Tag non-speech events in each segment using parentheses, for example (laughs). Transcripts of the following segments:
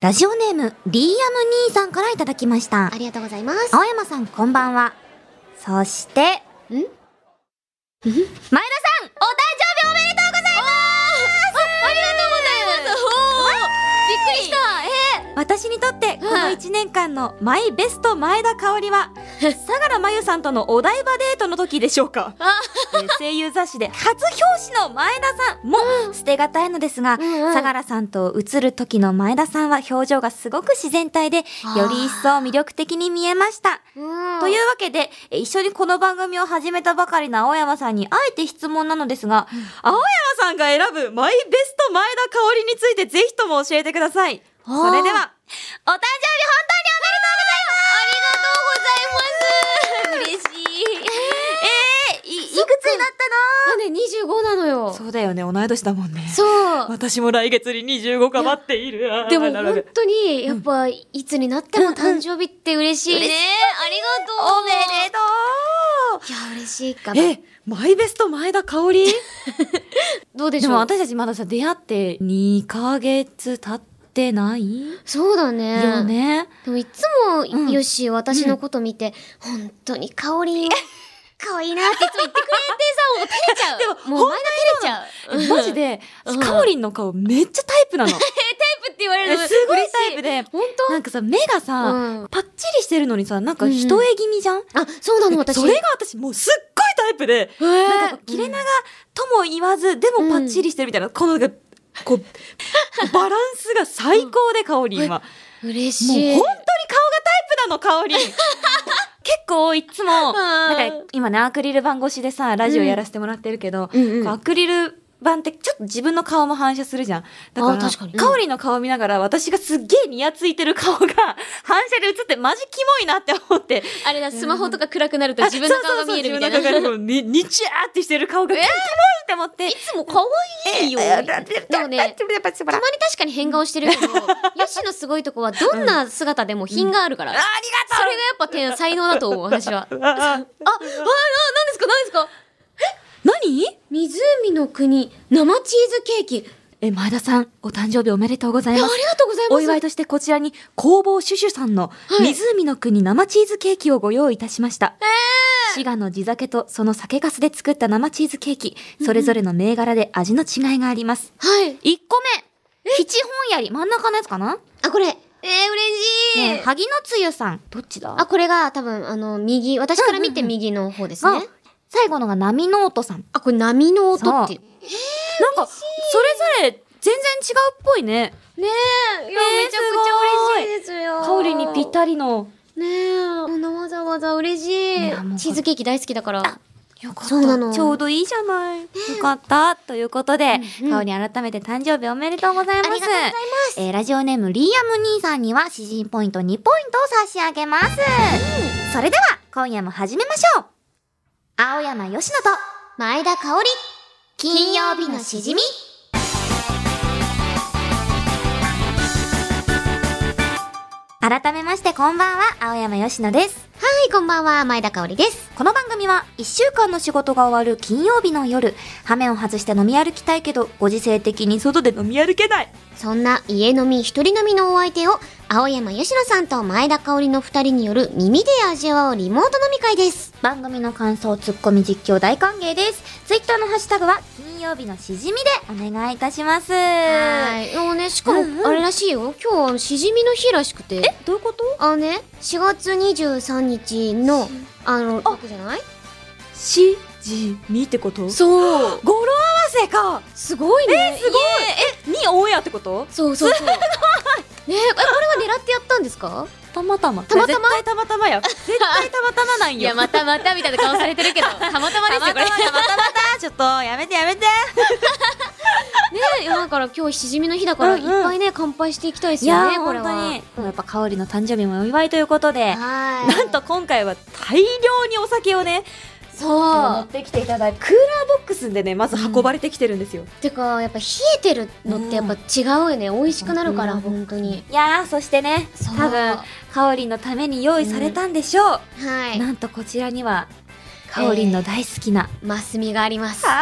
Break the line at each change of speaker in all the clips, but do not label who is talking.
ラジオネーム、リーアム兄さんからいただきました
あ。りがとうございます。
青山さん、こんばんは。そして、前田
ん
さん、お
ん
誕生日おめでとうございます私にとって、この
はい
1年間のマイベスト前田香織は、相良真由さんとのお台場デートの時でしょう
(laughs)
か。え
あ
ー声優雑誌で初表紙の前田さんも捨てがたいのですが、
うんうん
相良さんと映る時の前田さんは表情がすごく自然体で、よ
ー
り一層魅力的に見えました。
うん
というわけで、えー一緒にこの番組を始めたばかりの青山さんにあえて質問なのですが、青山さんが選ぶマイベスト前田香織についてぜひとも教えてください。
あー
それでは、お誕生日本当におめでとうございますありがとうございます嬉しい。えー、い、いくつになったの
なんで25なのよ。
そうだよね、同い年だもんね。
そう。
私も来月に25か待っている。あー
でも
なるほど
本当に、やっぱ、いつになっても誕生日って嬉しいね。
うんうん
ありがと
おめでとう
とう。いや、嬉しいかな。
え、マイベスト前田香織
どうで
(laughs)
し
で
ょう
も私たちまださ、出会って2ヶ月経ってない
そうだね。
よね。
でもいつも、
ん
よし、私のこと見て、本当に香り、可愛いなっていつも言ってくれてさ、もう照れちゃう。
でも
もう前が照れちゃう。
マジで、
うん
かおりんの顔めっちゃタイプなの。
え、タイプって言われるの
えすごいタイプで
嬉しい本
なんかさ、目がさ、
うん
パッチリしてるのにさ、なんか一重気味じゃん、
当あ、そうなの私。
それが私もうすっごいタイプで、
えー
なんか切れ長とも言わず、でもパッチリしてるみたいな、この、こう、バランスが最高で、かおりんは。
嬉
もう
しい。
本当に顔がタイプなの、かおりん。 (laughs) 結構いつも、
ん
なんか今ね、アクリル板越しでさ、ラジオやらせてもらってるけど、
うんうん
こうアクリル板ってちょっと自分の顔も反射するじゃん。だから、
あ確かにうん
かおりんの顔見ながら私がすっげえニヤついてる顔が (laughs) 反射で映ってマジキモいなって思って。
あれだ、スマホとか暗くなると自分の顔が見えるみたいな。
そうそうそう自分の顔がこうに、にちゃーってしてる顔が (laughs) キモいって思って。
いつも可 (laughs) 愛いよ。でもね、たまに確かに変顔してるけ
(laughs)
ど、ヤシのすごいとこはどんな姿でも品があるから。
ああ
それがやっぱ天才能だと思う、
(laughs)
私は。あ、
りがとうあ
あ、あ、な、なんですか、なんですか。
何
湖の国、生チーズケーキ。い
え、前田さん、お誕生日おめでとうござい
や
ま
あ
す。
りがとうございます。
お祝いとしてこちらに工房シュシュさんの
はい
湖の国生チーズケーキをご用意いたしました。滋賀の地酒とその酒粕で作った生チーズケーキ、それぞれの銘柄で味の違いがあります。
はい。
1個目七本槍真ん中のやつかな
あ、これ。えー、嬉
ね
しい。
萩のつゆさん。どっちだ
あ、これが多分、あの、右、私から見て
うんうん
右の方です
が
ね。
最後のが波ノートさん。
あ、これ波の音っていう。
なんか、それぞれ全然違うっぽいね。
ねえ、いや、
ねえ
めちゃくちゃ嬉しいですよ。
香りにぴったりの。
ねえ、あのわざわざ嬉しい
ねえもう。
チーズケーキ大好きだから。
よかった。
そうなの
ちょうどいいじゃない。よかった。ということで、
うんう
香
ん
り改めて誕生日おめでとうございます。
ありがとうございます
えーラジオネームリーアム兄さんには、詩人ポイント2ポイントを差し上げます。それでは、今夜も始めましょう。青山よしのと、
前田香織、
金
金
曜
曜
日
日
の
の
し
し
じ
じ
み
み。
改めましてこんばんは、青山よしのです。
はい、こんばんは、前田香織です。
この番組は1週間の仕事が終わる金曜日の夜、羽目を外して飲み歩きたいけど、ご時世的に外で飲み歩けない。
そんな家飲み、一人飲みのお相手を、青山吉野さんと前田香織の二人による耳で味わうリモート飲み会です。
番組の感想、ツッコミ、実況大歓迎です。ツイッターのハッシュタグは、金曜日のしじみでお願いいたします。え、
い。もうね、しかも
うんう、ん
あれらしいよ。今日、しじみの日らしくて。
どういうこと
あのね、4月23日の、あの、僕じゃない
しじみってこと
そう。
語呂合わせか
すごいね。
すごいえ、にオンエアってこと
そうそうそう。ねえ、えこれは狙ってやったんですか
たまたま。
たまたま
絶対たまたまや。絶対たまたまなん (laughs) よ。
たまたみたいな顔されてるけど、たまた
たま
ま
たまたまたまたちょっと、やめてやめて
ねえ、いやだから今日しじみの日だから、
う
い
ん
っ
うん
ぱいね、乾杯していきたいで
い
すよ
や
ね、
ー
これ
本
は。
当に。やっぱ香りの誕生日もお祝いということで、
はーい。
なんと今回は大量にお酒をね、持
そ
っ
う。
てきていただいて、クーラーボックスでね、まず運ばれてきてるんですよ。
てか、やっぱ冷えてるのってやっぱ違うよね。美味しくなるから、
うん
本当に。
いやー、そしてね、
そう
多分、香りのために用意されたんでしょう。
は
なんとこちらには、香りの大好きな、
マスミがあります。
は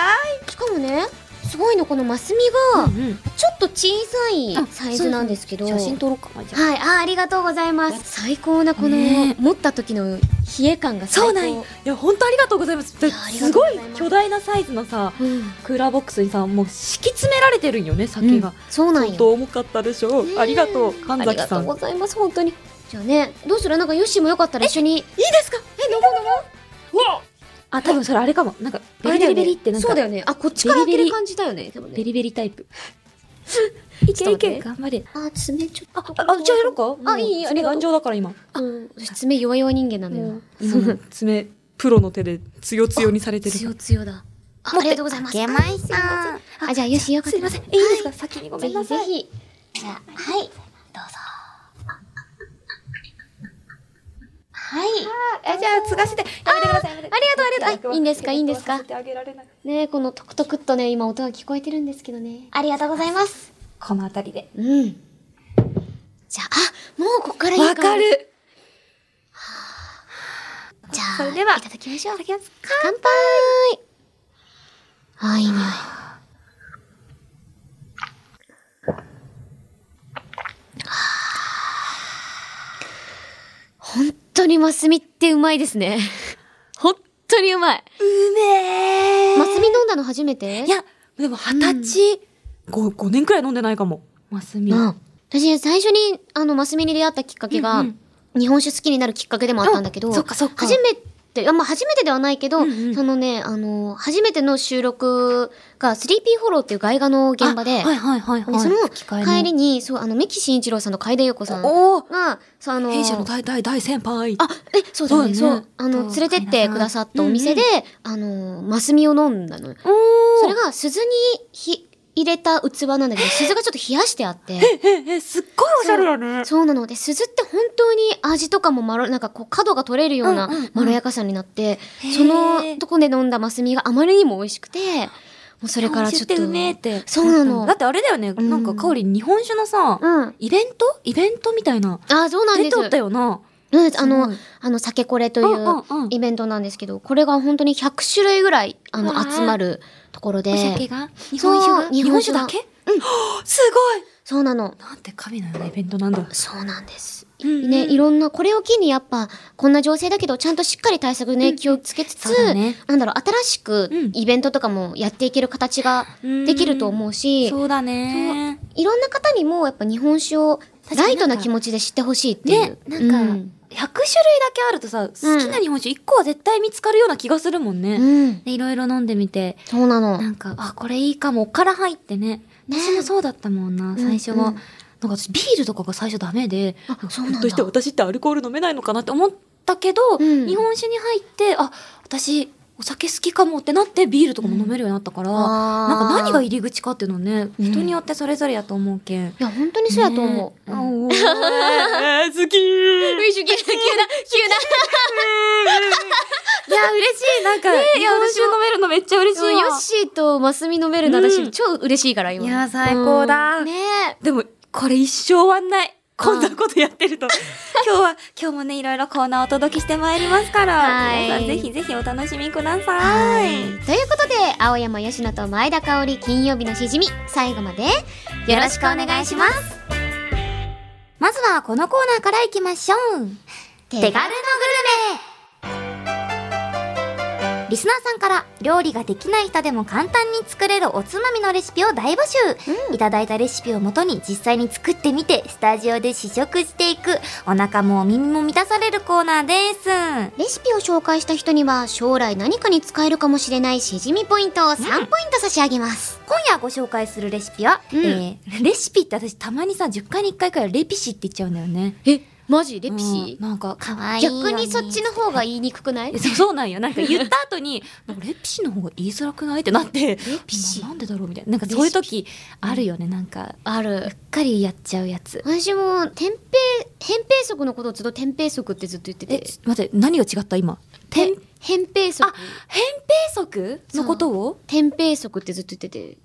しかもね、すごいのこのマスミが
うん
ちょっと小さい
あ
サイズなんですけど
写真撮ろうかじゃあ
はい、あ、ありがとうございます。最高なこの、
ね
持った時の冷え感が最
そ
高。
うなんいや本当ありがとうございます
やありが
す
とうご
ご
ざい
い
ます
巨大なサイズのさ
うん、
クーラーボックスにさもう敷き詰められてるんよね先が、
そうなん
本
よ。
当重かったでしょ、ありがとう神
あり
崎
が
さ
とうん
いい
ございます本当に。じゃあね、どうするなんかヨッシーもよかったら一緒に。
ですかえ飲もう飲もうあ多分それあれかもなんかベリベリベリってなんか
そうだよね。あ、こっちから開け
ベリベ
る
リ
感じだよね。でもね
ベリベリタイプ
(laughs) い
ちょっと待って頑張れ
あ、爪ちょ
あ
っと。
あじゃあやろうか
あ、いいいい、ありが
頑
と
丈
う。
だから今
うん、私爪弱々人間なのよ。
今の爪プロの手でつよつよにされてる
強強だ。あありがとうございます。
開けました
あ。あ、じゃあヨッシーよかっ
す
た
いま
ら。
せんえいいですか先にごめ
ぜ
ん
ひ
な
ぜ
さい
ひ。
じゃあ、はい、どうぞ。はい。
あじゃあ継がせてやめてくださいやめて
ありがとうありがとうあいいんですかいいんです
継が
か
せてあげられない
ねえこのトクトクっとね、今音が聞こえてるんですけどね。
ありがとうございます。
この辺りで
うん。じゃあ、あ、もうここからいい
わか。る
じゃあ、
それではい
ただきましょう。
きます
乾杯あ、いい匂い。本当にマスミってうまいですね。本当にうまい。
うめえ
マスミ飲んだの初めて
いや、でも二十歳、5, 5年くらい飲んでないかも。マスミ。
うん。私、最初に、あの、マスミに出会ったきっかけが、
うん
日本酒好きになるきっかけでもあったんだけど、
うんそっかそっか
初めて、いやまあ、初めてではないけど、
うんうん
そのね、あの、初めての収録が、スリーピーフォローっていう外画の現場で、
あはいはいはい
で
はい。
その
吹き替え
帰りに、そう、あの、三木慎一郎さんと海出優子さんが、
おお
そう、あの、
弊社の大大大先輩。
あ、え、そうだ
そ
ね、
う
そ
だね
う、あの、
と
連れてってくださったお店で、あの、マスミを飲んだのよ。
おお
それが、鈴にひ入れた器なんだけど、鈴がちょっと冷やしてあって、
え、え、すっごいおしゃれだね。
そうなので鈴って本当に味とかもまろなんかこう角が取れるような
うんうんうん
まろやかさになって、
へー
そのとこで飲んだマスミがあまりにも美味しくてもうそれからちょっと
日本酒てうめえって。
そうなの
だってあれだよね、
ん
なんか香り日本酒のさ、
うん
イベントイベントみたいな。
あそうなん
出
です
ておったよな。
うんあ
すご
の
い
あの酒これとい
うん
う
うんうん
イベントなんですけどこれが本当に100種類ぐらいあ
う
の
わー
集まるところで
お酒が日
そう
本酒が
日
日
本
本
酒
酒
が
だけはあすごい
そうなの
なんて神のようなイベントなんだ。
そうなんです。
うんうん
ね、いろんな、これを機にやっぱ、こんな情勢だけど、ちゃんとしっかり対策ね、気をつけつ
そう
つ、
だね
なんだろう、新しく
うん
イベントとかもやっていける形ができると思うし、
そうだね。
いろんな方にもやっぱ日本酒を
確かになんか
ライトな気持ちで知ってほしいってい
ね
う。、
なんか、100種
う
類だけあるとさ、好きな日本酒1個は絶対見つかるような気がするもんね。
うん。
で、いろいろ飲んでみて、
そうなの
な。んか、あ、これいいかも、から入ってね。
ね
私もそうだったもんな、
ん
最初は。
うん
なんか私、ビールとかが最初ダメで、
あ、そう
ひょ
な
っ
ん
として
だ。
私ってアルコール飲めないのかなって思ったけど、
うん
日本酒に入って、あ、私、お酒好きかもってなってビールとかも飲めるようになったから、
あー
なんか何が入り口かっていうのね、
うん
人によってそれぞれやと思うけん。
いや、本当にそうやと思う。
ねおーえー (laughs) 好きー
ウィッシュ急な、急な、急な。
いや、嬉しい。なんか、
え
日本酒飲めるのめっちゃ嬉しい
そう、ヨッ
わ。
シーとマスミ飲めるの
う
私
ん
超嬉しいから、今。
いや最高だ
うんねえ。
でも、これ一生終わんない。こんなことやってる
(laughs)
と。今日は、今日もね、いろいろコーナーお届けしてまいりますから、
はい
皆さんぜひぜひお楽しみくだ
は
さい。
い。ということで、青山吉野と前田香織金曜日のしじみ、最後までよ
よ
ろ
ろ
し
し
く
く
お
お
願
願
い
い
し
し
ま。
ますす。
まずは、このコーナーからいきましょう。
手
手軽のグルメ。リスナーさんから料理ができない人でも簡単に作れるおつまみのレシピを大募集、いただいたレシピをもとに実際に作ってみてスタジオで試食していくお腹もお耳も満たされるコーナーです
レシピを紹介した人には将来何かに使えるかもしれないしじみポイントを3ポイント差し上げます。
今夜ご紹介するレシピは、
うん
えーレシピって私たまにさ10回に1回くらいレピシって言っちゃうんだよね
え、マジレ
うんなんか、
かわいいよね
逆にそっち
(laughs)
の方が言いにくくない
えそうそうなんよ。なんか言った後に、なんかレピシの方が言いづらくないってなって、レ
ピシ
なんでだろうみたいな。なんかそういう時、あるよね。なんか、
ある。
うっかりやっちゃうやつ。
私も、天平、扁平足のことをずっと天平足ってずっと言って
え、
て。
ちょ待って、何が違った今。天、扁
扁平足
あ平足のことを
天平足ってずっと言ってて。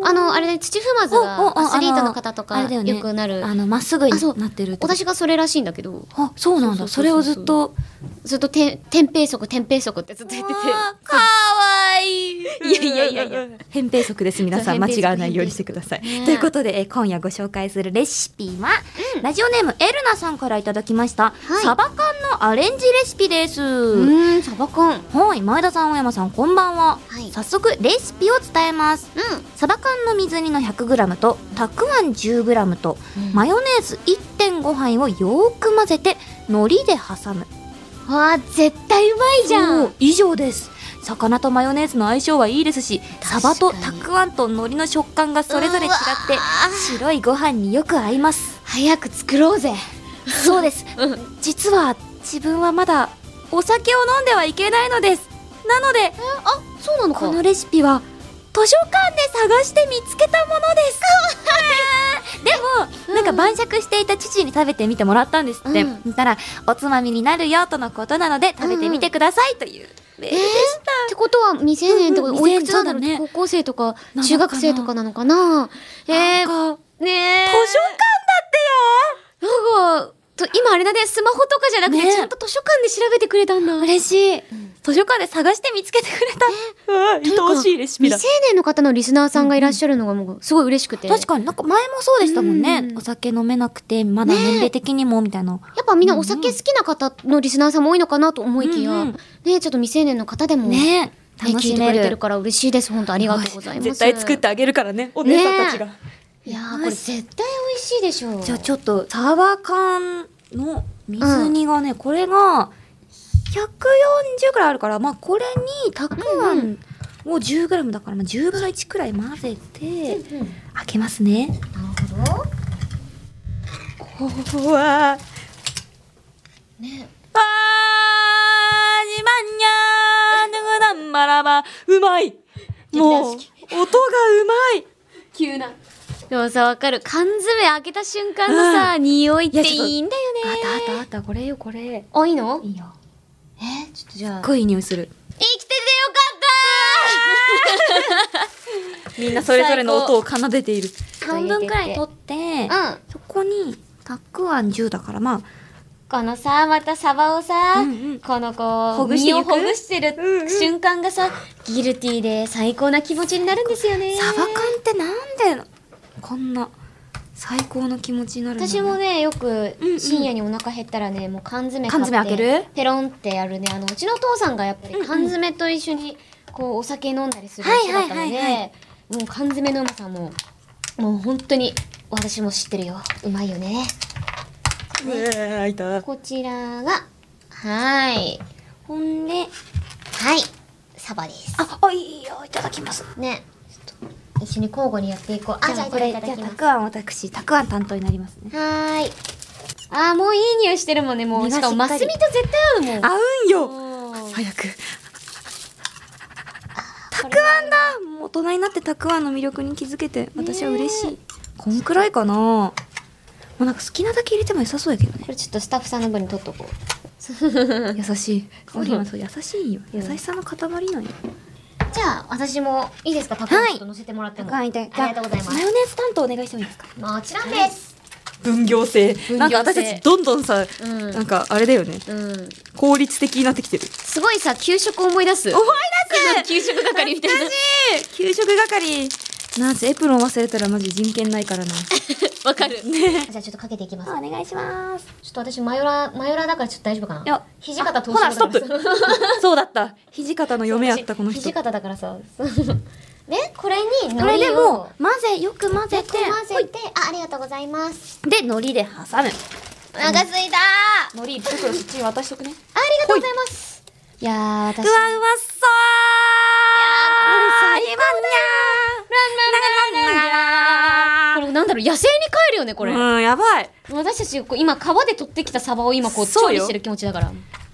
あの、あれね、土踏まず
おおお
がアスリート
あ
の
の
方と
あ
か
れだよね
よくなる。
あの、まっすぐに
あそう
なってるってこと
私がそれらしいんだけど、
あ、そうなん
そ
だ。
うそ
そう
そ
れ
う
を
そう
ずっと。
ずっとて天平足、天平足ってずっと言ってて。
わいい。
(laughs) いやいやいやいや。
扁平足です皆さん
そう
間
扁平
違わ
足
ないようにしてください。と
ね
いうことで、えー今夜ご紹介するレシピは、ラジオネームエルナさんからいただきました、
い
サバ缶のアレンジレシピです。
うん、サバ缶。
はい前田さん大山さんこんばんは、
はい
早速レシピを伝えます
う
サバ缶の水煮の 100g とたくあん 10g と
ん。
マヨネーズ1.5杯をよーく混ぜて海苔で挟む
わあ、絶対うまいじゃ
おー
ん。
以上です魚とマヨネーズの相性はいいですしサバ
確かに
とたくあんと海苔の食感がそれぞれ違って
うわー
白いご飯によく合います
早く作ろうぜ。
そうです実は自分はまだお酒を飲んではいけないのですなので
あ、そうなの
このレシピは図書館で探して見つけたものですでもなんか晩酌していた父に食べてみてもらったんですって、
うん
だからおつまみになるよとのことなので食べてみてくださいというメールでした、
ってことは未成年ってこと
うん
おいくつなんだろう,、
未成年そうだね
高校生とか
なのかな
中学生とかなのかなえー、
なんか
ねえ
図書館
なんかと今あれだねスマホとかじゃなくて、
ね
ちゃんと図書館で調べてくれたんだ
嬉しい、図書館で探して見つけてくれた、うん愛おしいレシピだ
未成年の方のリスナーさんがいらっしゃるのがもうすごい嬉しくて、
確
か
かになんか前もそうでしたもんね、
うん
お酒飲めなくてまだ年齢的にもみたいな、
やっぱみんなお酒好きな方のリスナーさんも多いのかなと思いきや、
うんうん
ねえちょっと未成年の方でもね
ね楽
聞い
して
く
め
れて
る
るから嬉しいです本当ありがとうございます
絶対作ってあげるからねお姉さんたちが、
いやーこれ絶対美味しいでしょう
じゃあちょっとサバ缶の水煮がね、これが140ぐらいあるからまあこれにたくあ
うん
んを 10g だから、まあ、10分の1くらい混ぜて
うんな
開けますね
るほど
うわー
ね
あーじまんにゃーぬぐなんばらばうまいもう音がうまい
急なでもさわかる缶詰開けた瞬間のさ、匂いっていいんだよね
あったあったあったこれよこれ
あいいの
いいよ
えーちょっとじゃあ
恋に匂いする
生きててよかっ
みんなそれぞれの
最高
音を奏でている半分くらい取って
たうん
そこにたくあん10だからま
このさまたサバをさ、
うんうん
このこう
ほぐしていく
身をほぐしてる
うんうん
瞬間がさ、ギルティーで最高な気持ちになるんですよ
あ
ね
サバ缶ってなんでこんな最高の気持ちになるんだろう
私もねよく
うんうん
深夜にお腹減ったらねもう缶詰
缶詰
買って
開ける
ペロンってやるねあのうちのお父さんがやっぱり缶詰と一緒にこうお酒飲んだりする人だったの
はいはいはいは
でもう缶詰のうまさももう本当に私も知ってるようまいよね
うえー開いた
こちらがはーい
ほんで
はいサバです
ああいいよいただきます
ねちょっと一緒に交互にやっていこうあじゃあ
こ
これ
れ
いただ
じゃあ
き
た
ます
くあん私たくあん担当になりますね
はーいあーもういい匂いしてるもんねもう
身が
しかも
し
マ
っかり
スミと絶対合うもん
合うんよ
うん
早くたくあんだもう大人になってたくあんの魅力に気づけて私は嬉しい、こんくらいかなもうなんか好きなだけ入れても良さそうやけどね
これちょっとスタッフさんの分に取っとこう
優しい香りはそう優しいよ
うん
優しさの塊なんよ
じゃあ私もいいですかパカン
はい
ちょっと乗せてもらっても、
ありが
ありがとうございま
マ
す
ヨネーズ担当お願いしてもいいですか
もちろんです
分業制なんか私たちどんどんさ、
うん
なんかあれだよね
うん
効率的になってきてる
すごいさ給食思い出す
思い出す
給食係みたいな
給食係なぜエプロン忘れたらマジ人権ないからな
わかる
ね
(laughs) じゃあちょっとかけていきます
お願いします
ちょっと私マヨラマヨラだからちょっと大丈夫かない
や
土方投
ほ
資
らストップ (laughs) そうだった土方の嫁やったこの人
土
こ
方だから (laughs) さでこれに海苔を
れでもう混ぜよく混ぜて
で混ぜてあありがとうございます
で海苔で挟む
お腹すいたー
海苔ちょっとそっちに渡しとくね
ありがとうございますいやー
う
私
わうまそう
いやーこれ最高だよ
今にゃーランランランランラン
これなんだろう野生に帰るよねこれ、
うん、やばい。
私たちこう今川で取ってきたサバを今こう
そ
調
うよ
理してる気持ちだから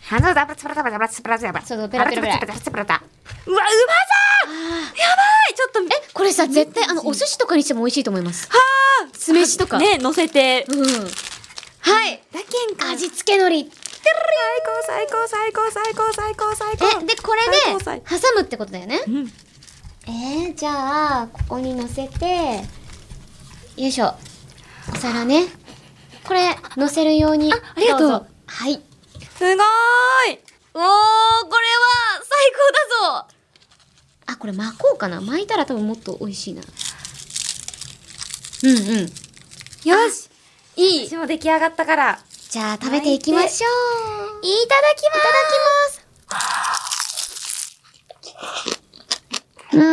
鼻だぶつぶらだぶらつぶらだぶら
そうそうペラペラペラ
ぶらつぶらだ
うわ、うまそうやばいちょっと、え
これさ絶対あのお寿司とかにしても美味しいと思いますはあ酢飯とか
ね、乗せて。
うんはい
だけんか。
味付け海苔
最高、最高、最高、最高、最高、最高。
えでこれ
最高
で
最高
挟むってことだよね
うん。
えー、じゃあここに乗せてよいしょお皿ねこれ乗せるようにあ
ありがとう
はい
すごーい
おーこれは最高だぞあ、これ巻こうかな。巻いたら多分もっと美味しいな。うんうん。
よし
いい。
私も出来上がったから。
じゃあ食べていきましょう。
いただきます
うーん。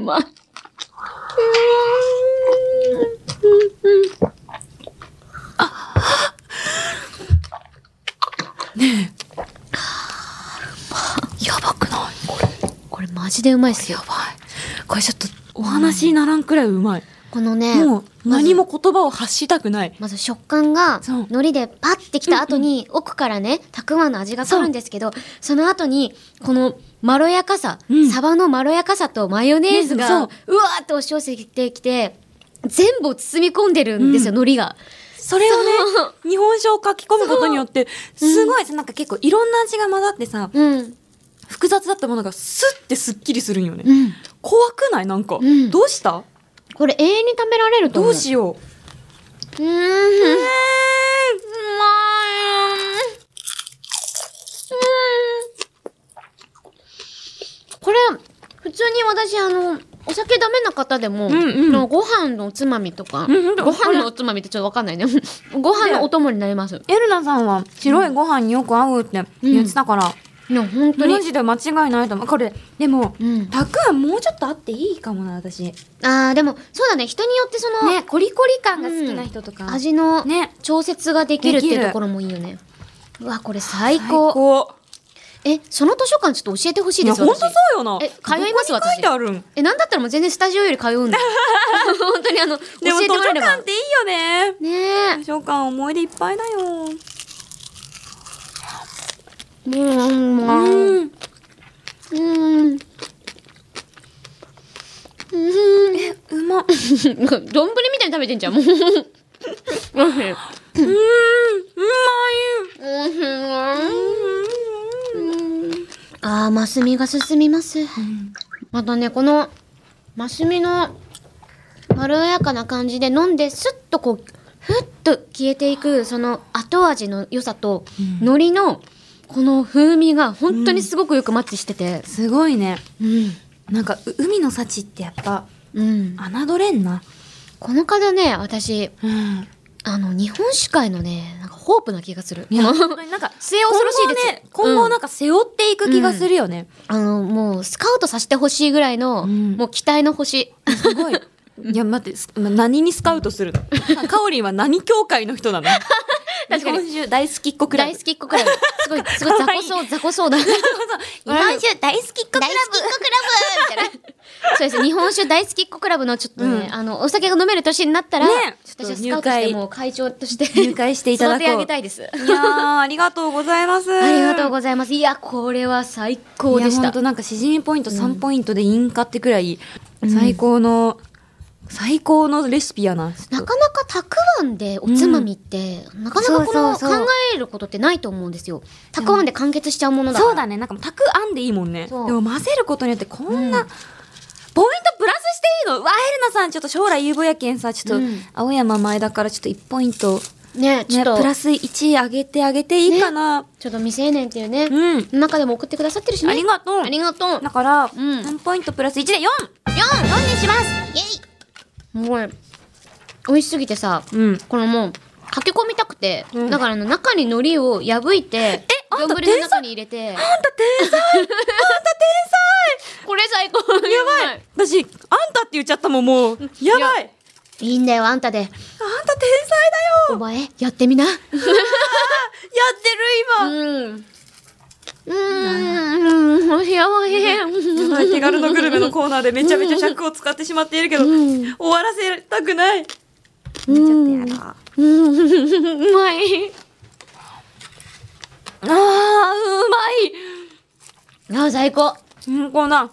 うまい。
やばくないこれ。
これマジでうまいっすよ。
これちょっとお話にならんくらいうまい。
このね、
もう何も言葉を発したくない。
まず食感が
そう
海苔でパッてきた後に奥からねたくあんの味がくるんですけどその後にこのまろやかさ、
うん
サバのまろやかさとマヨネーズ
ね
が
そう
うわーって押し寄せてきて全部を包み込んでるんですよ、
うん
海苔が。
それをね、日本酒を書き込むことによって、すごい、なんか結構いろんな味が混ざってさ、
うん、
複雑だったものがスッてスッキリするんよね。
うん、
怖くないなんか、
ん
どうした
これ永遠に食べられると
ど
思う。
うしよう。
うーん
えー、うまい。
これ普通に私あのお酒ダメな方でも、
うんうん
のご飯のおつまみとか、
んうん
ご飯のおつまみってちょっとわかんないねご飯のお供になります
エルナさんは白いご飯によく合うって言ってたから、
いや本当に
マジで間違いないと思う。これ、でも、
うん
たくあんもうちょっとあっていいかもな、私。
あーでもそうだね人によってその、
ね、コリコリ感が好きな人とか。
味の
ね
調節ができるってい
でき
う
る
ところもいいよねうわこれ最
最
高
高。
えその図書館ちょっと教えてほしい
い
で
や、
す
ほんとそう
私
よな。
え通います
どこに書いてあるん。
えなんだったらもう全然スタジオより通
(laughs)
うんだ本当にあの教
でも、
え
図
てもら
書
えれば
館っていいよね。
ね
図書館思い出いっぱいだよ。
えもううん
う
うん
ん。
うん
え、うまっ。
(laughs) 丼みたいに食べてんじゃんもううん
うん、うまい。
(laughs) あーマスミが進みます、またねこのマスミのまろやかな感じで飲んですっとこうふっと消えていくその後味の良さと、海苔のこの風味が本当にすごくよくマッチしてて
すごいね。
うん、
なんか、う海の幸ってやっぱ、
うん、
侮れんな。
この方ね私
うん。
あの日本酒界のねなんかホープな気がする
いや、本当になんか、
末恐ろしいで
今
す
後ね、今後なんか背負っていく気がするよね。
(laughs) あのもうスカウトさせてほしいぐらいの、
うん
もう期待の星
すごい。 (laughs) いや、待ってす、ま何にスカウトするの (laughs) カオリンは何協会の人なの (laughs)
確かに
日本酒大好きっ子クラブ。
大好きっ子クラブすごいすごい
か
雑
わい
魚
い
そう雑魚そうだ
日本
酒大好きっ子ク
みた
ラブ
いなそうです日本酒大好きっ子クラブのちょっとね、
うん
あのお酒が飲める年になったら、
ね
ちょっと私はスカウトし
ちょっと入
て
会
もう会長として
入会していただこう
育て上げたいで
い
す
やー、ありがとうございます。
ありがとう
ざい
ございますいやこれは最高でし
いや、
た
ほんとなんか、しじみポイント3ポイントでインカってくらい、最高の、最高のレシピやな。
なかなかたくあんでおつまみって、なかなかこの
そうそうそう
考えることってないと思うんですよたくあんで完結しちゃうものだから
そうだね、なんか、たくあんでいいもんね。で
そう
も混ぜることによって、こんな、ポイントプラスしていいのうわ、エルナさん、ちょっと将来有望やけんさ、ちょっと
うん、
青山前だからちょっと1ポイント、
ねちょ
ね、
っと、
プラス1上げてあげていいかな。
ちょっと未成年っていうね、
うん。
中でも送ってくださってるしね
ありがとう
ありがとう
だから、
ん
3ポイントプラス1で 4!
4にしますイエイもう美味しすぎてさ、
うん。
このもう駆け込みたくて、
うん
だからあの中に海苔を破いて
あんた
丼の中に入れてあんた天才あんた天才これ最高やばい
私、あんたって言っちゃったもん、もう。や
いや
ばい
いいんだよあんたで
あんた天才だ
お
よ
前やってみな
やってる、
うんうん、うん、やばい。
今やばい手軽のグルメのコーナーでめちゃめちゃ尺を使ってしまっているけど、
うん
終わらせたくない。ち
う
ろ
ん、
う。あ
うんうまい。
ー、うまい
あ、最高。
うん、こうな、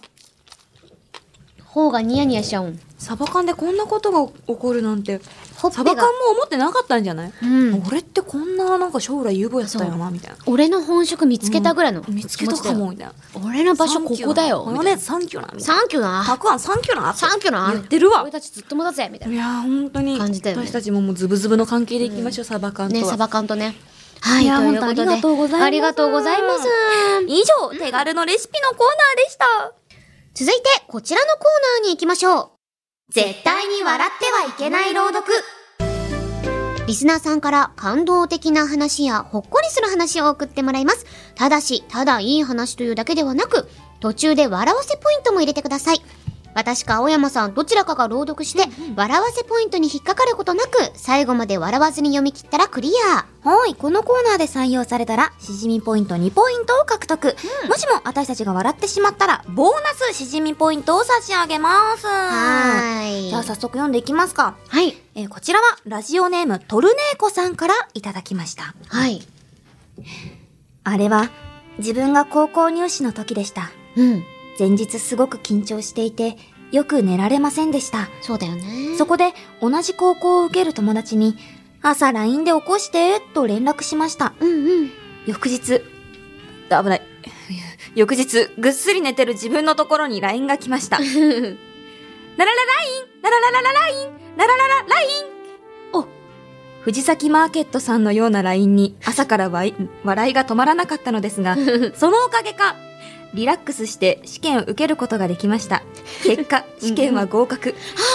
頬がニヤニヤしちゃうん。
サバ缶でこんなことが起こるなんて、
ほっぺ
サ
が
バ缶も思ってなかったんじゃない、
うん
俺ってこんななんか将来有望やったよな、みたいな。
俺の本職見つけたぐらいの、
見つけたかも、みたいな。
俺の場所ここだよ
マヨネーズサンキューな、みたいな。
サンキュー
た
な
くあんサンキューな。
サンキューな
言ってるわ
俺。たちずっともだぜみたい
いやー本当に
感じだよね
私たちももうズブズブの関係でいきましょう、サバ缶と
な
は
ねサバ缶とねはい、
いや
ということ
本当
で
ありがとうございます
ありがとうございます
以上、手軽のレシピのコーナーでした。
続いて、こちらのコーナーに行きましょう。
絶対に笑ってはいけない朗読。
リスナーさんから感動的な話やほっこりする話を送ってもらいます。ただし、ただいい話というだけではなく、途中で笑わせポイントも入れてください。私か青山さんどちらかが朗読して、笑わせポイントに引っかかることなく、最後まで笑わずに読み切ったらクリア。
はい、このコーナーで採用されたら、しじみポイント2ポイントを獲得。もしも私たちが笑ってしまったら、ボーナスしじみポイントを差し上げます。
はーい。
じゃあ早速読んでいきますか。
はい。
えーこちらは、ラジオネーム、トルネーコさんからいただきました。
はい。
あれは、自分が高校入試の時でした。
うん。
前日すごく緊張していて、よく寝られませんでした。
そうだよね。
そこで、同じ高校を受ける友達に、朝 LINE で起こして、と連絡しました。
うんうん。
翌日、あ危ない。翌日、ぐっすり寝てる自分のところに LINE が来ました。ララララ LINE! ラララララ LINE! ララララ LINE! お、藤崎マーケットさんのような LINE に朝からわい笑いが止まらなかったのですが、そのおかげか、リラックスして試験を受けることができました。結 (laughs) 果、試験は合格。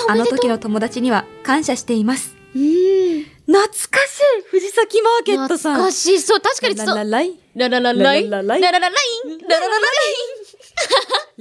あの時の友達には感謝しています。
うん。
懐かしい藤崎マーケットさん
懐かしい。そう、確かにそう。
ライン
ラララ
ライン
ラララララインラララライン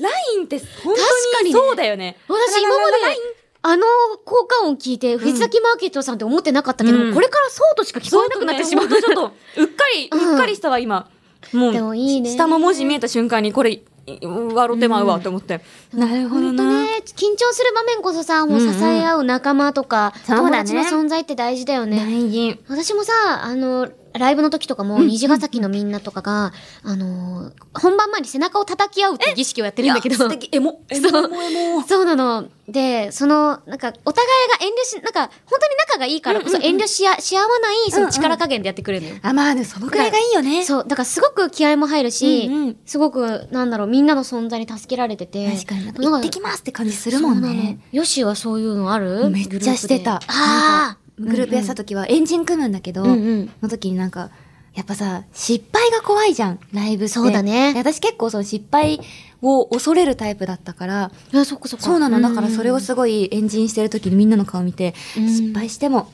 ラインって本
確か
当
にね
にそうだよね。
私今まで
ラララライン、
あの効果音聞いて、藤崎マーケットさんって思ってなかったけど、
うん
これからそうとしか聞こえなくなってしまう。
そうねほんとちょっ (laughs) と、うっかり、
うん
うっかりしたわ、今。もう、
でもいいね
下の文字見えた瞬間に、これ、い笑ってまうわって思って。なるほど
本当
な。
ね、緊張する場面こそさ、もう支え合う仲間とか、
うんうん
友達の
そうだ
存在って大事だよね。
大事。
私もさ、あの、ライブの時とかも、虹ヶ崎のみんなとかが、あの、本番前に背中を叩き合うって儀式をやってるんだけど。
素敵、エモ、エモ、エモ、エモ。
(laughs) そうなの。で、その、なんか、お互いが遠慮し、なんか、本当に仲がいいからこそ遠慮しあ、し合わない、その力加減でやってくれるのよ。
あ、まあね、そのくらいがいいよね。
そう、だからすごく気合も入るし、
うんうん
すごく、なんだろう、みんなの存在に助けられてて。
確かに。なんか行
なん
っ
か
てきますって感じするもん
そうなの
ね。
ヨシはそういうのある
めっちゃしてた。
ああ
なんかグループやった時はエンジン組むんだけど、
うんうん
の時になんか、やっぱさ、失敗が怖いじゃん、ライブって。
そうだね
で私結構その失敗を恐れるタイプだったから、
あ、そっかそっか。
そうなの。
ん
だからそれをすごいエンジンしてる時にみんなの顔見て、
うん
失敗しても、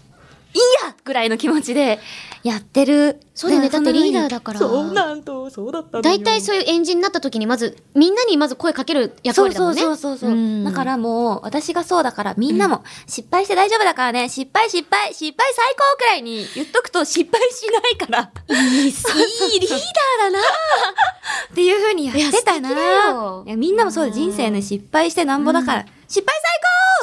いいやぐらいの気持ちでやってる。
そうだよね
から
だってリーダーだから
そうなんと、そうだったのよ
大体そういうエンジンになった時に、まず、みんなにまず声かける役割だもんね。
そうそうそうそう、
ん
だからもう、私がそうだから、みんなも、失敗して大丈夫だからね、失敗失敗、失敗最高くらいに言っとくと失敗しないから。いい、リーダーだなっていう風にやってたない
や素敵だよ
いやみんなもそうだ、人生ね、失敗してなんぼだから、失敗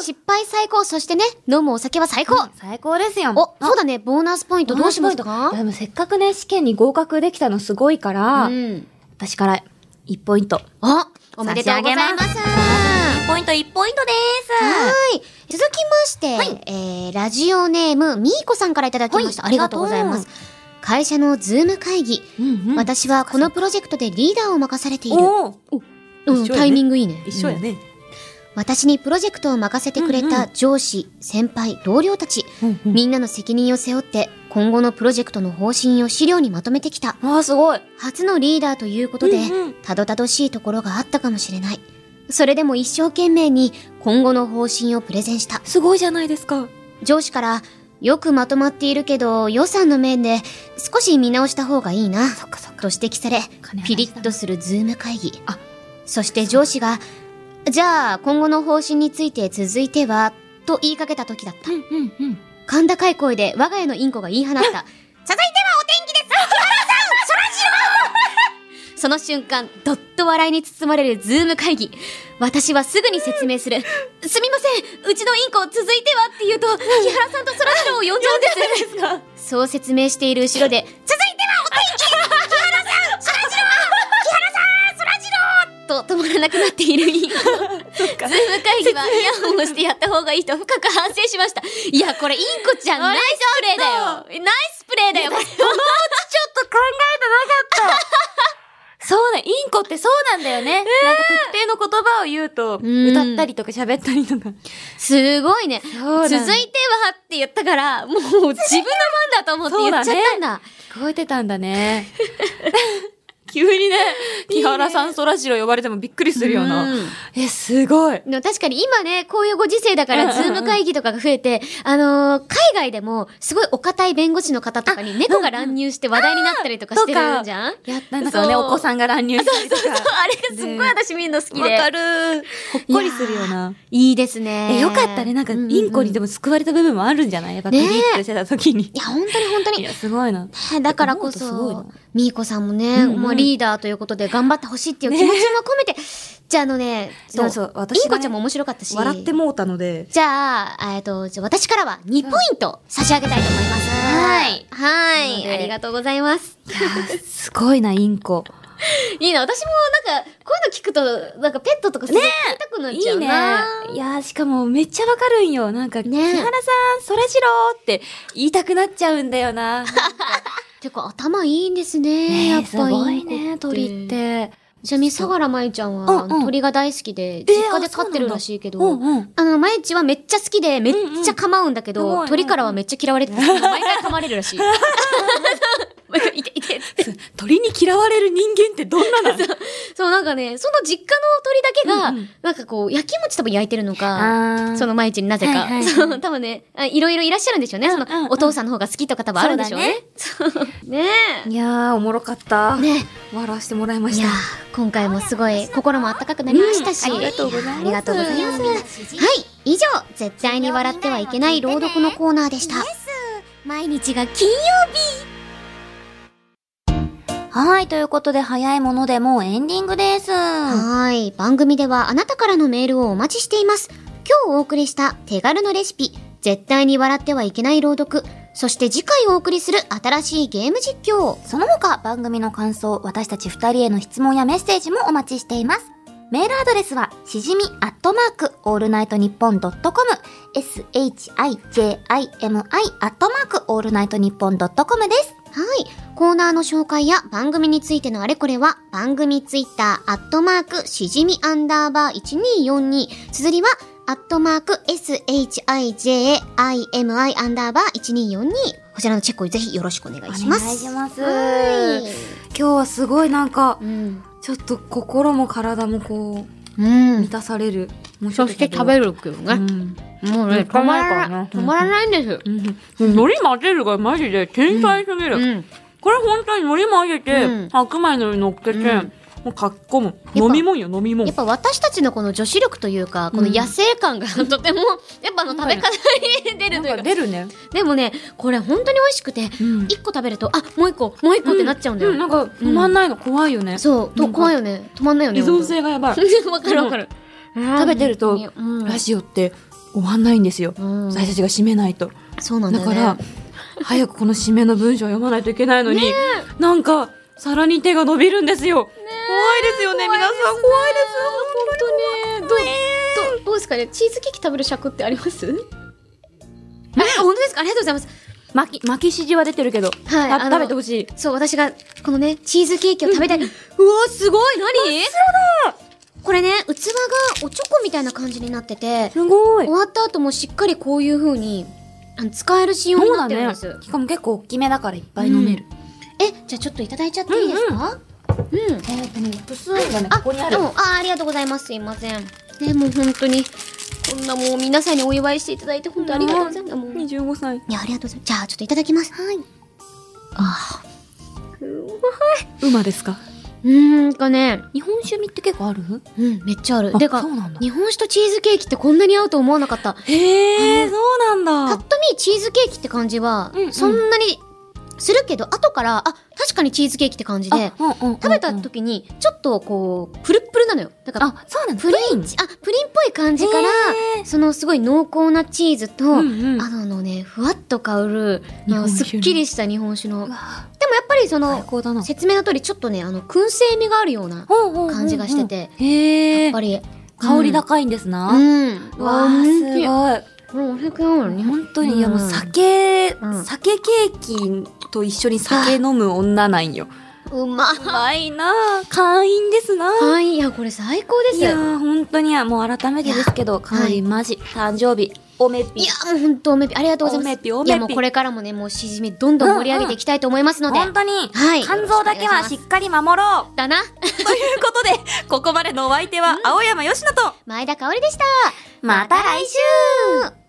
失敗最高、そしてね、飲むお酒は
最
最高
高、最高ですよ。
お、そうだね、ボーナスポイントどうしますか
いやでもせっかくね、試験に合格できたのすごいから、
うん。
私から1ポイント。
あ、おめでとうございま
差
す。
1ポイント1ポイントで
は
す。
い。続きまして、えーラジオネーム、みーこさんからいただきました。
はい
ありがとうございます。会社のズーム会議。
うんうん
私はこのプロジェクトでリーダーを任されている。
おー
うん
一緒やね
タイミングいいね。うん
ね。
私にプロジェクトを任せてくれ
うんう
た上司、先輩、同僚たち、
うんうん
みんなの責任を背負って、今後のプロジェクトの方針を資料にまとめてきた。
ああ、すごい。
初のリーダーということで、
うんうん
たどたどしいところがあったかもしれない。それでも一生懸命に今後の方針をプレゼンした。
すごいじゃないですか。
上司から、よくまとまっているけど、予算の面で少し見直した方がいいな、
っかそっ
と指摘され
金、は大事だ
ピリッとするズーム会議。
あ
そして上司が、じゃあ今後の方針について続いては、と言いかけた時だった
う。んうんうん。
甲高い声で我が家のインコが言い放った。続いてはお天気ですその瞬間、どっと笑いに包まれるズーム会議。私はすぐに説明する。すみません、うちのインコ続いてはって言うと、木原さんとそらジローを呼んじゃうんです。
ですか
そう説明している後ろで、続いてはお天気です木原さんそらジロー木原さんそらジローと止まらなくなっているインコ。ズーム会議はイヤホンをしてやった方がいいと深く反省しました。いや、これインコちゃんナイスプレーだよ。ナイスプレーだよ。これ
ちょっと考えてなかった。そうね、インコってそうなんだよね。なんか特定の言葉を言うと、
ん
歌ったりとか喋ったりとか。
すごいね。
う
続
だ
いてはって言ったから、もう自分の番だと思って言っちゃったんだ。
聞聞こえてたんだね。 (laughs) 急にね、 (laughs) 木原さんそらジロー呼ばれてもびっくりするような。
うん
え、すごい。
でも確かに今ね、こういうご時世だか
うん
ら、
うんう
ズ
ん
ーム会議とかが増えて、あのー海外でも、すごいお堅い弁護士の方とかに猫が乱入して話題になったりとかしてるじゃん
やったんかね、
そう
お子さんが乱入したりとか。
あれがすっごい私見るの好きで。
るほっこりするような。
いいですね。
え、よかったね。なんか、インコにで
も。
も救われた部分もあるんじゃないやっぱピリッとしてた時に。
いや、本当に本当
い
に。
や、すごいな。
ねだからこ
思うとすごい
そ
な、
みーこさんもね、
うんうん
もうリーダーということで頑張ってほしいっていう気持ちも込めて、じゃああのね、
そう
そ
そうう私がね
インコちゃんも面白かったし。
笑ってもうたので。
じゃあ、えっと、じゃあ私からは2ポイント差し上げたいと思います。
はい。
は
なの
い。
で
ありがとうございます。
すごいな、インコ。
いいな、私もなんか、こういうの聞くと、なんかペットとかすごい飼いたくなっ
い
ちゃ
いうね
な。。
いやー、しかもめっちゃわかるんよ。なんか、
ね
木原さん、そらジローって言いたくなっちゃうんだよな。
てか、頭いいんですね。
ね
やっぱ
すご
イ
い
ンコ
ね、鳥っ。て。
ちなみに、相良舞ちゃんは、
うんうん
鳥が大好きで、
え
実家で飼ってるらしいけど、
うんうん。
あの、舞ちはめっちゃ好きで、めっちゃ構うんだけど、
うんうん
鳥からはめっちゃ嫌われてた。毎回噛まれ
(laughs)
るらしい。 (laughs) 毎回、いて、いてって。
鳥に嫌われる人間ってどんなの
そう、なんかね、その実家の鳥だ
うん
け
う
が
ん、
なんかこう、焼き餅多分焼いてるのか、
あ
その毎日になぜ
はい
か
はいは。い
そう、多分ね、あいろいろいらっしゃるんでしょうね。そ
うんうんうん
の、お父さんの方が好きとか多分あるんでしょうね。そうね
いやー、おもろかった。
え。ね
笑わせてもらいま
い
し
や
た
ー。今回もすごい心も温かくなりましたし、
うんありがとうございます
やーありがとうございます
は
はい以上絶対に笑ってはいけない朗読のコーナーでした毎日が金曜
はい、ということで早いものでもうエンディングです。は
はーい。番組ではあなたからのメールをお待ちしています。今日お送りした手軽のレシピ、絶対に笑ってはいけない朗読、そして次回お送りする新しいゲーム実況。
その他番組の感想、私たち二人への質問やメッセージもお待ちしています。メールアドレスは、しじみアットマーク、オールナイトニッポンドットコム、shijimi アットマーク、オールナイトニッポンドットコムです。
はい。コーナーの紹介や番組についてのあれこれは、番組ツイッター、アットマーク、しじみアンダーバー1242。綴りは、アットマーク、shijimi アンダーバー1242。こちらのチェックをぜひよろしくお願いします。
お願いします。
は
今
い。
日はすごいなんか、
うん。
ちょっと心も体もこ
う
う、
ん
満。たされる。
そして食べ
る。
るけど
う
ね。
ん。
もうね、止まらない、止まらないんです。
うん。海苔混ぜるがマジで天才すぎる。
うん。
これ本当に海苔混ぜて、
うん
白米の上に乗っけて、もうかっこむ。
ぱ
飲み物よ、飲み
や
物
っ。ぱ私たちのこの女子力というか、この野生感がとても、やっぱあの食べ方に出るというか。
出るね。
でもね、これ本当に美味しくて、
うん
一個食べると、あ、もう一個、もう一個ってなっちゃうんだよ。
うん、なんか止まんないの怖いよね。
そう、と
うん
怖いよね。止まんないよね。
依存性がやばい。 (laughs)
本当にわかるわかる。
食べてると
本当にうん
ラジオって終わんないんですよ。
うん
私たちが締めないと。
そうなんだ
だ
よ
か
ね。
ら、早くこの締めの文章を読まないといけないのに、なんか、皿に手が伸びるんですよ。怖いですよね、皆さん。怖いです。
本当ね、どう、どう、どうですかね。チーズケーキ食べる尺ってあります？あ、本当ですか。ありがとうございます。
巻き、巻き指示は出てるけど、
はい
た
あの
食べてほしい。
そう、私が、このね、チーズケーキを食べたい。うわー、すごい何これね、器がおチョコみたいな感じになってて、
すごい
終。わった後もしっかりこういう風に、あの使える仕様に
そう
な
だ
ってるん
ね。
です。
しかも結構大きめだからいっぱい飲める。
え、じゃあちょっといただいちゃっていいですかうん、
えっとね、複数がね
あ、でもあ、ありがとうございます。すいません。ね、もう本当に、こんなもう皆さんにお祝いしていただいて本当ありがとうございます。もうい
25歳。
や、ありがとうございます。じゃあちょっといただきます。はい。あ
馬ですか
ーうーんかね、
日本酒味って結構ある
うん、めっちゃある。
あ
てか
そうなんだ、
日本酒とチーズケーキってこんなに合うと思わなかった。
へえ、そう
ぱ
なん
っ
だ。
と見チーズケーキって感じは
うんう、ん
そんなにするけど、後から、あ、確かにチーズケーキって感じで、食
食
べた時に、ちょっとこう、プルップルなのよ。だから、
あ、そうなんだ。
プリン、あ、プリンっぽい感じから、そのすごい濃厚なチーズと、あ
うんうん
のあのね、ふわっと香る、あ
日本
の
酒
す
の
っきりした日本酒の。で
う
もや
わ
っぱりそ
最
の、
高だな。
説明の通り、ちょっとね、あの、燻製味があるような感じがしてて、
へ
や
え
っ。ぱり、
香り高いんです
う
な。
ん。
うわあ、すごい。
これお酒なのに
本当に、いやもう酒、酒ケーキと一緒に酒飲む女なんよ。
うま
うまいな会員ですな
はい、いや、これ最高です。
いやー本当にもう改めてですけど、かおりんマジ、誕生日おめぴ
いや、もう本当おめぴ、ありがとうございます。
おめぴおめぴ
いや、もうこれからもね、もうしじみどんどん盛り上げていきたいと思いますので。
本当に、
はい
肝臓だけはしっかり守ろ
だな。
う (laughs) ということでここまでのお相手は青山佳乃と
前田香織でした。
また来週
来週